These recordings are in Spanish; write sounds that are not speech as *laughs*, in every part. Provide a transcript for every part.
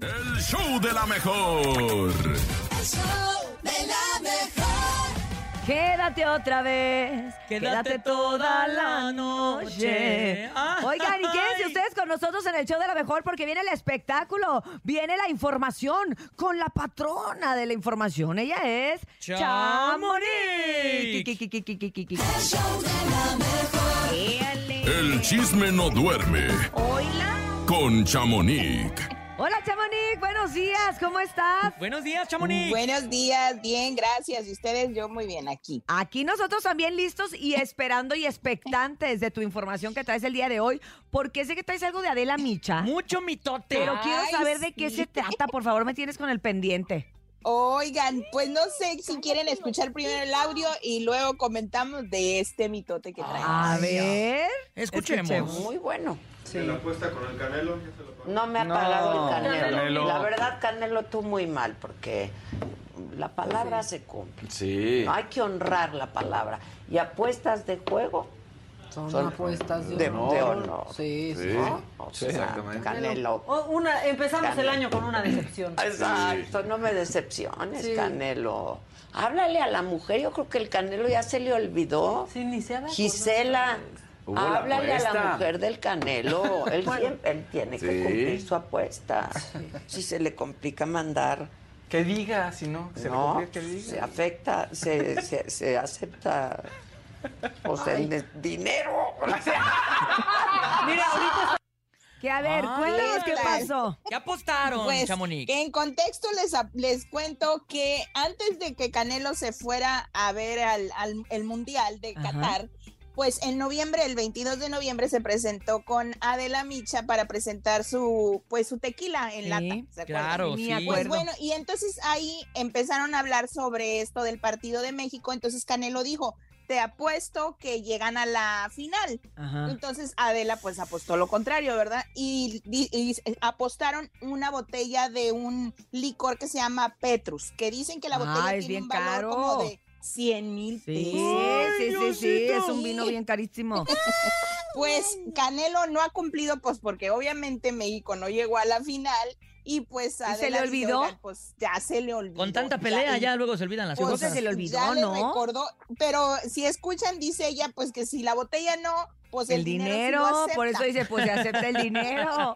El show de la mejor. El show de la mejor. Quédate otra vez. Quédate, toda la noche. Ay. Oigan, y quédense ustedes con nosotros en el show de la mejor porque viene el espectáculo, viene la información con la patrona de la información. Ella es Chamonix. Chamonix. El show de la mejor. El chisme no duerme Hola. con Chamonix. Hola, Chamonix. Buenos días. ¿Cómo estás? Buenos días, Chamonix. Buenos días, bien, gracias. ¿Y ustedes? Yo muy bien aquí. Aquí nosotros también listos y esperando y expectantes de tu información que traes el día de hoy, porque sé que traes algo de Adela Micha. Mucho mitote. Pero Ay, quiero saber de qué sí. se trata, por favor, me tienes con el pendiente. Oigan, pues no sé si quieren escuchar primero el audio y luego comentamos de este mitote que traemos. A ver. Escuchemos. escuchemos. Muy bueno. La apuesta con el Canelo, ya se lo pago. No me ha pagado el canelo. Canelo. La verdad, Canelo, tú muy mal, porque la palabra se cumple. Sí. Hay que honrar la palabra. Y apuestas de juego Son, Son apuestas de, de, honor. de honor. Sí, sí. ¿no? O sea, exactamente. Canelo. O una, empezamos Canelo. el año con una decepción. Exacto, no me decepciones, Sí. Canelo. Háblale a la mujer, yo creo que el Canelo ya se le olvidó. Sí, ni se ha dado Gisela, Hubo la háblale a la apuesta. mujer del Canelo. Él, siempre- él tiene que Sí. cumplir su apuesta. Si se le complica mandar, Que diga, si no, que se le no, complica que diga. se afecta, se, se- se acepta. O sea, el de- *laughs* dinero. O sea, Que a ver, Ay, cuéntanos qué ¿qué tal? pasó. ¿Qué apostaron, Pues, Chamonix? que en contexto les, ap- les cuento que antes de que Canelo se fuera a ver al, al- el Mundial de Ajá. Qatar, pues en noviembre, el 22 de noviembre, se presentó con Adela Micha para presentar su, pues, su tequila en Sí, lata. ¿se acuerdan? Claro, Ni sí. Pues acuerdo. bueno, y entonces ahí empezaron a hablar sobre esto del partido de México. Entonces Canelo dijo, te apuesto que llegan a la final. Ajá. Entonces Adela pues apostó lo contrario, ¿verdad? Y, di- y s- apostaron una botella de un licor que se llama Petrus, que dicen que la Ah, botella es tiene bien un valor caro. como de 100 mil Sí, pesos. sí, sí, sí, Diosito. es un vino *laughs* bien carísimo. Pues Canelo no ha cumplido pues porque obviamente México no llegó a la final y pues Adela se le dice, olvidó? "Oigan, pues ya se le olvidó. Con tanta ya, pelea y ya luego se olvidan las Pues, cosas. se le olvidó, ya le ¿no? recordó, pero si escuchan, dice ella, pues que si la botella no, pues el, El dinero, sí dinero, lo acepta. por eso dice, pues se acepta el *laughs* dinero.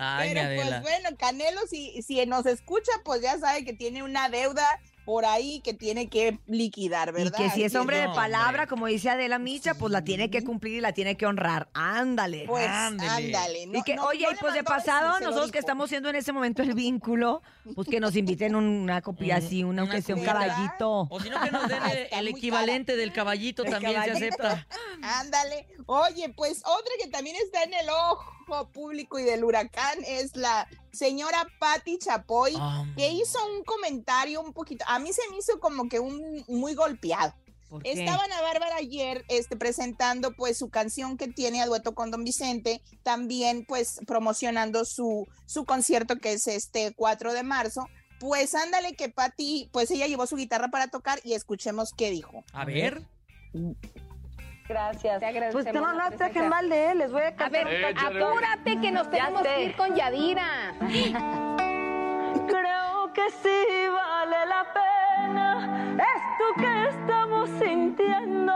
Ay, mi pero pues Adela. bueno, Canelo, si, si nos escucha, pues ya sabe que tiene una deuda por ahí que tiene que liquidar, Y ¿verdad? que si es Así hombre de no, palabra, hombre. como dice Adela Micha, pues la tiene que cumplir y la tiene que honrar. Ándale. Pues Ándele. ándale. no- y que, no- oye, no y le pues de mandó eso, pasado, se lo nosotros que dijo. estamos siendo en ese momento el vínculo, pues que nos inviten una copia Un- así, una, una aunque sea un copita. caballito. O si no, que nos den el, Está el muy equivalente del caballito El también se caballito. acepta. Ándale. Oye, pues otra que también está en el ojo público y del huracán es la señora Patti Chapoy, Ah, que hizo un comentario un poquito, a mí se me hizo como que un muy golpeado. ¿Por qué? Estaban a Bárbara ayer este, presentando pues su canción que tiene a dueto con Don Vicente, también pues promocionando su, su concierto que es este 4 de marzo. Pues ándale que Patti, pues ella llevó su guitarra para tocar y escuchemos qué dijo. A ver. Gracias. Te agradecemos. Pues no, la no presencia. saquen mal de él, les voy a A ver, apúrate que nos tenemos que ir con Yadira. *laughs* Creo que sí vale la pena esto que estamos sintiendo.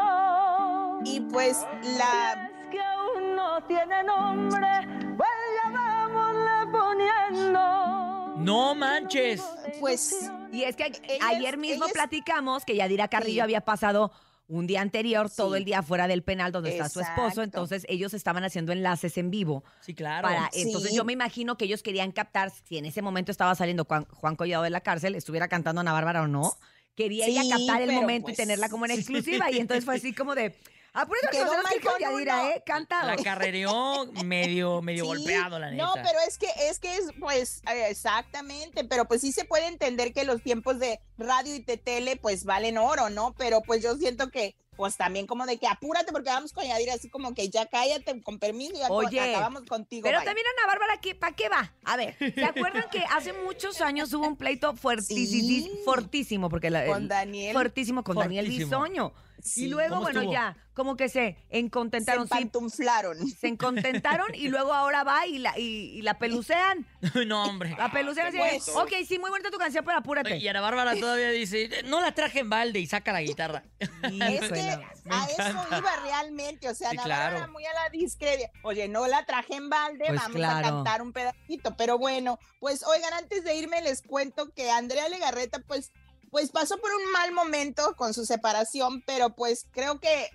Y pues la Es que aún no tiene nombre, pues ya vámosle poniendo. No manches. pues Y es que Ella es- ayer ella mismo es- platicamos que Yadira Carrillo Sí. había pasado un día anterior, todo Sí. el día fuera del penal donde está su esposo, Exacto. entonces ellos estaban haciendo enlaces en vivo. Sí, claro. Para, Entonces Sí. yo me imagino que ellos querían captar si en ese momento estaba saliendo Juan, Juan Collado de la cárcel, estuviera cantando Ana Bárbara o no. Quería ella Sí, captar el pero momento y pues- tenerla como *laughs* en exclusiva y entonces fue así como de... Ah, por eso Quedó nosotros que mal con con Yadira, uno. ¿eh? Canta. La carrereó medio, medio Sí, golpeado, la neta. No, pero es que es que es pues eh, exactamente, pero pues sí se puede entender que los tiempos de radio y de tele pues valen oro, ¿no? Pero pues yo siento que pues también como de que apúrate porque vamos con añadir así como que ya cállate con permiso ya co- Oye, acabamos contigo. Pero bye. también Ana Bárbara, ¿para qué va? A ver, ¿se acuerdan que hace muchos años hubo un pleito fuertísimo, Sí. fortísimo, porque la, con el- Daniel fuertísimo con Daniel Fortísimo. Bisoño, y luego, ¿Cómo bueno, estuvo? ya, como que se Se encontentaron, sí, pantumflaron. se encontentaron y luego ahora va y la, y, *laughs* y la pelucean. *laughs* no, hombre. La pelucean así, de, Pues. ok, sí, muy bonita tu canción, pero apúrate. Y Ana Bárbara todavía dice, no la traje en balde y saca la guitarra. *laughs* *laughs* Es que Híjole. Me a eso encanta. iba realmente, o sea, Sí, la claro. verdad, muy a la discredia. Oye, no la traje en balde, Pues vamos claro. a cantar un pedacito, pero bueno, pues oigan, antes de irme les cuento que Andrea Legarreta, pues, pues pasó por un mal momento con su separación, pero pues creo que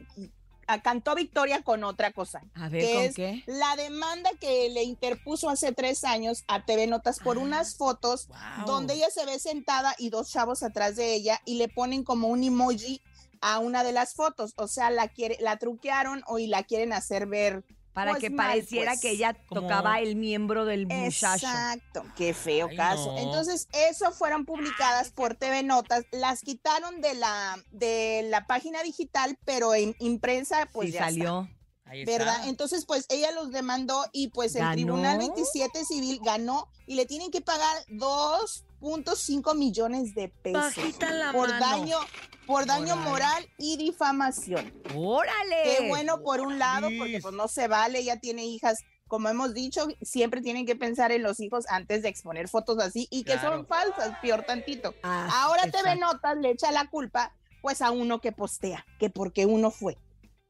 ah, cantó victoria con otra cosa. A ver, que ¿con es qué? La demanda que le interpuso hace tres años a TV Notas por Ah. unas fotos Wow. donde ella se ve sentada y dos chavos atrás de ella y le ponen como un emoji a una de las fotos, o sea, la quiere, la truquearon o y la quieren hacer ver. Para pues que mal, pareciera pues. que ella Como- tocaba el miembro del muchacho. Exacto, qué feo Ay, caso. no. Entonces, eso fueron publicadas por TV Notas, las quitaron de la de la página digital, pero en impresa pues sí ya está. salió. Ahí está. ¿verdad? Entonces, pues ella los demandó y pues el ¿Ganó? Tribunal 27 Civil ganó y le tienen que pagar 2.5 millones de pesos Bajita la por mano. daño por daño Órale. moral y difamación. ¡Órale! Qué bueno por un lado, porque Orales. pues no se vale, ella tiene hijas, como hemos dicho, siempre tienen que pensar en los hijos antes de exponer fotos así y que Claro. son falsas, peor tantito. Ah, Ahora TV exacto. Notas le echa la culpa pues a uno que postea, que porque uno fue,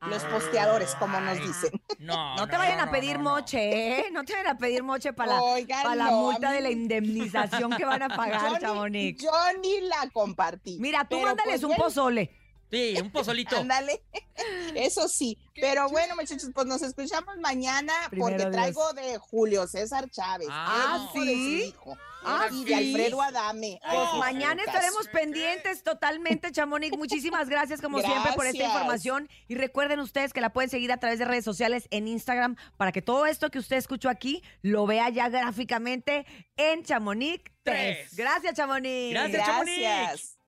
los Ah. posteadores, como nos Ay. dicen. No, No te vayan no, a no, pedir no, no. moche, ¿eh? No te vayan a pedir moche para la, Oigan, pa' la no, a multa mí- de la indemnización que van a yo pagar, ni- Chamonix. Yo ni la compartí. Mira, tú Pero, mándales pues, un bueno, pozole. Sí, *laughs* un pozolito. Ándale, *laughs* eso sí. Pero bueno, muchachos, pues nos escuchamos mañana Primero porque Dios. traigo de Julio César Chávez. Ah, el hijo de su ¿sí? hijo, Ah, y sí. de Alfredo Adame. Ay, Pues sí, mañana Lucas. estaremos pendientes totalmente, Chamonix. Muchísimas gracias, como siempre, por esta Gracias. información. Y recuerden ustedes que la pueden seguir a través de redes sociales en Instagram para que todo esto que usted escuchó aquí lo vea ya gráficamente en Chamonix 3. Tres. Gracias, Chamonix. Gracias, Chamonix. Gracias.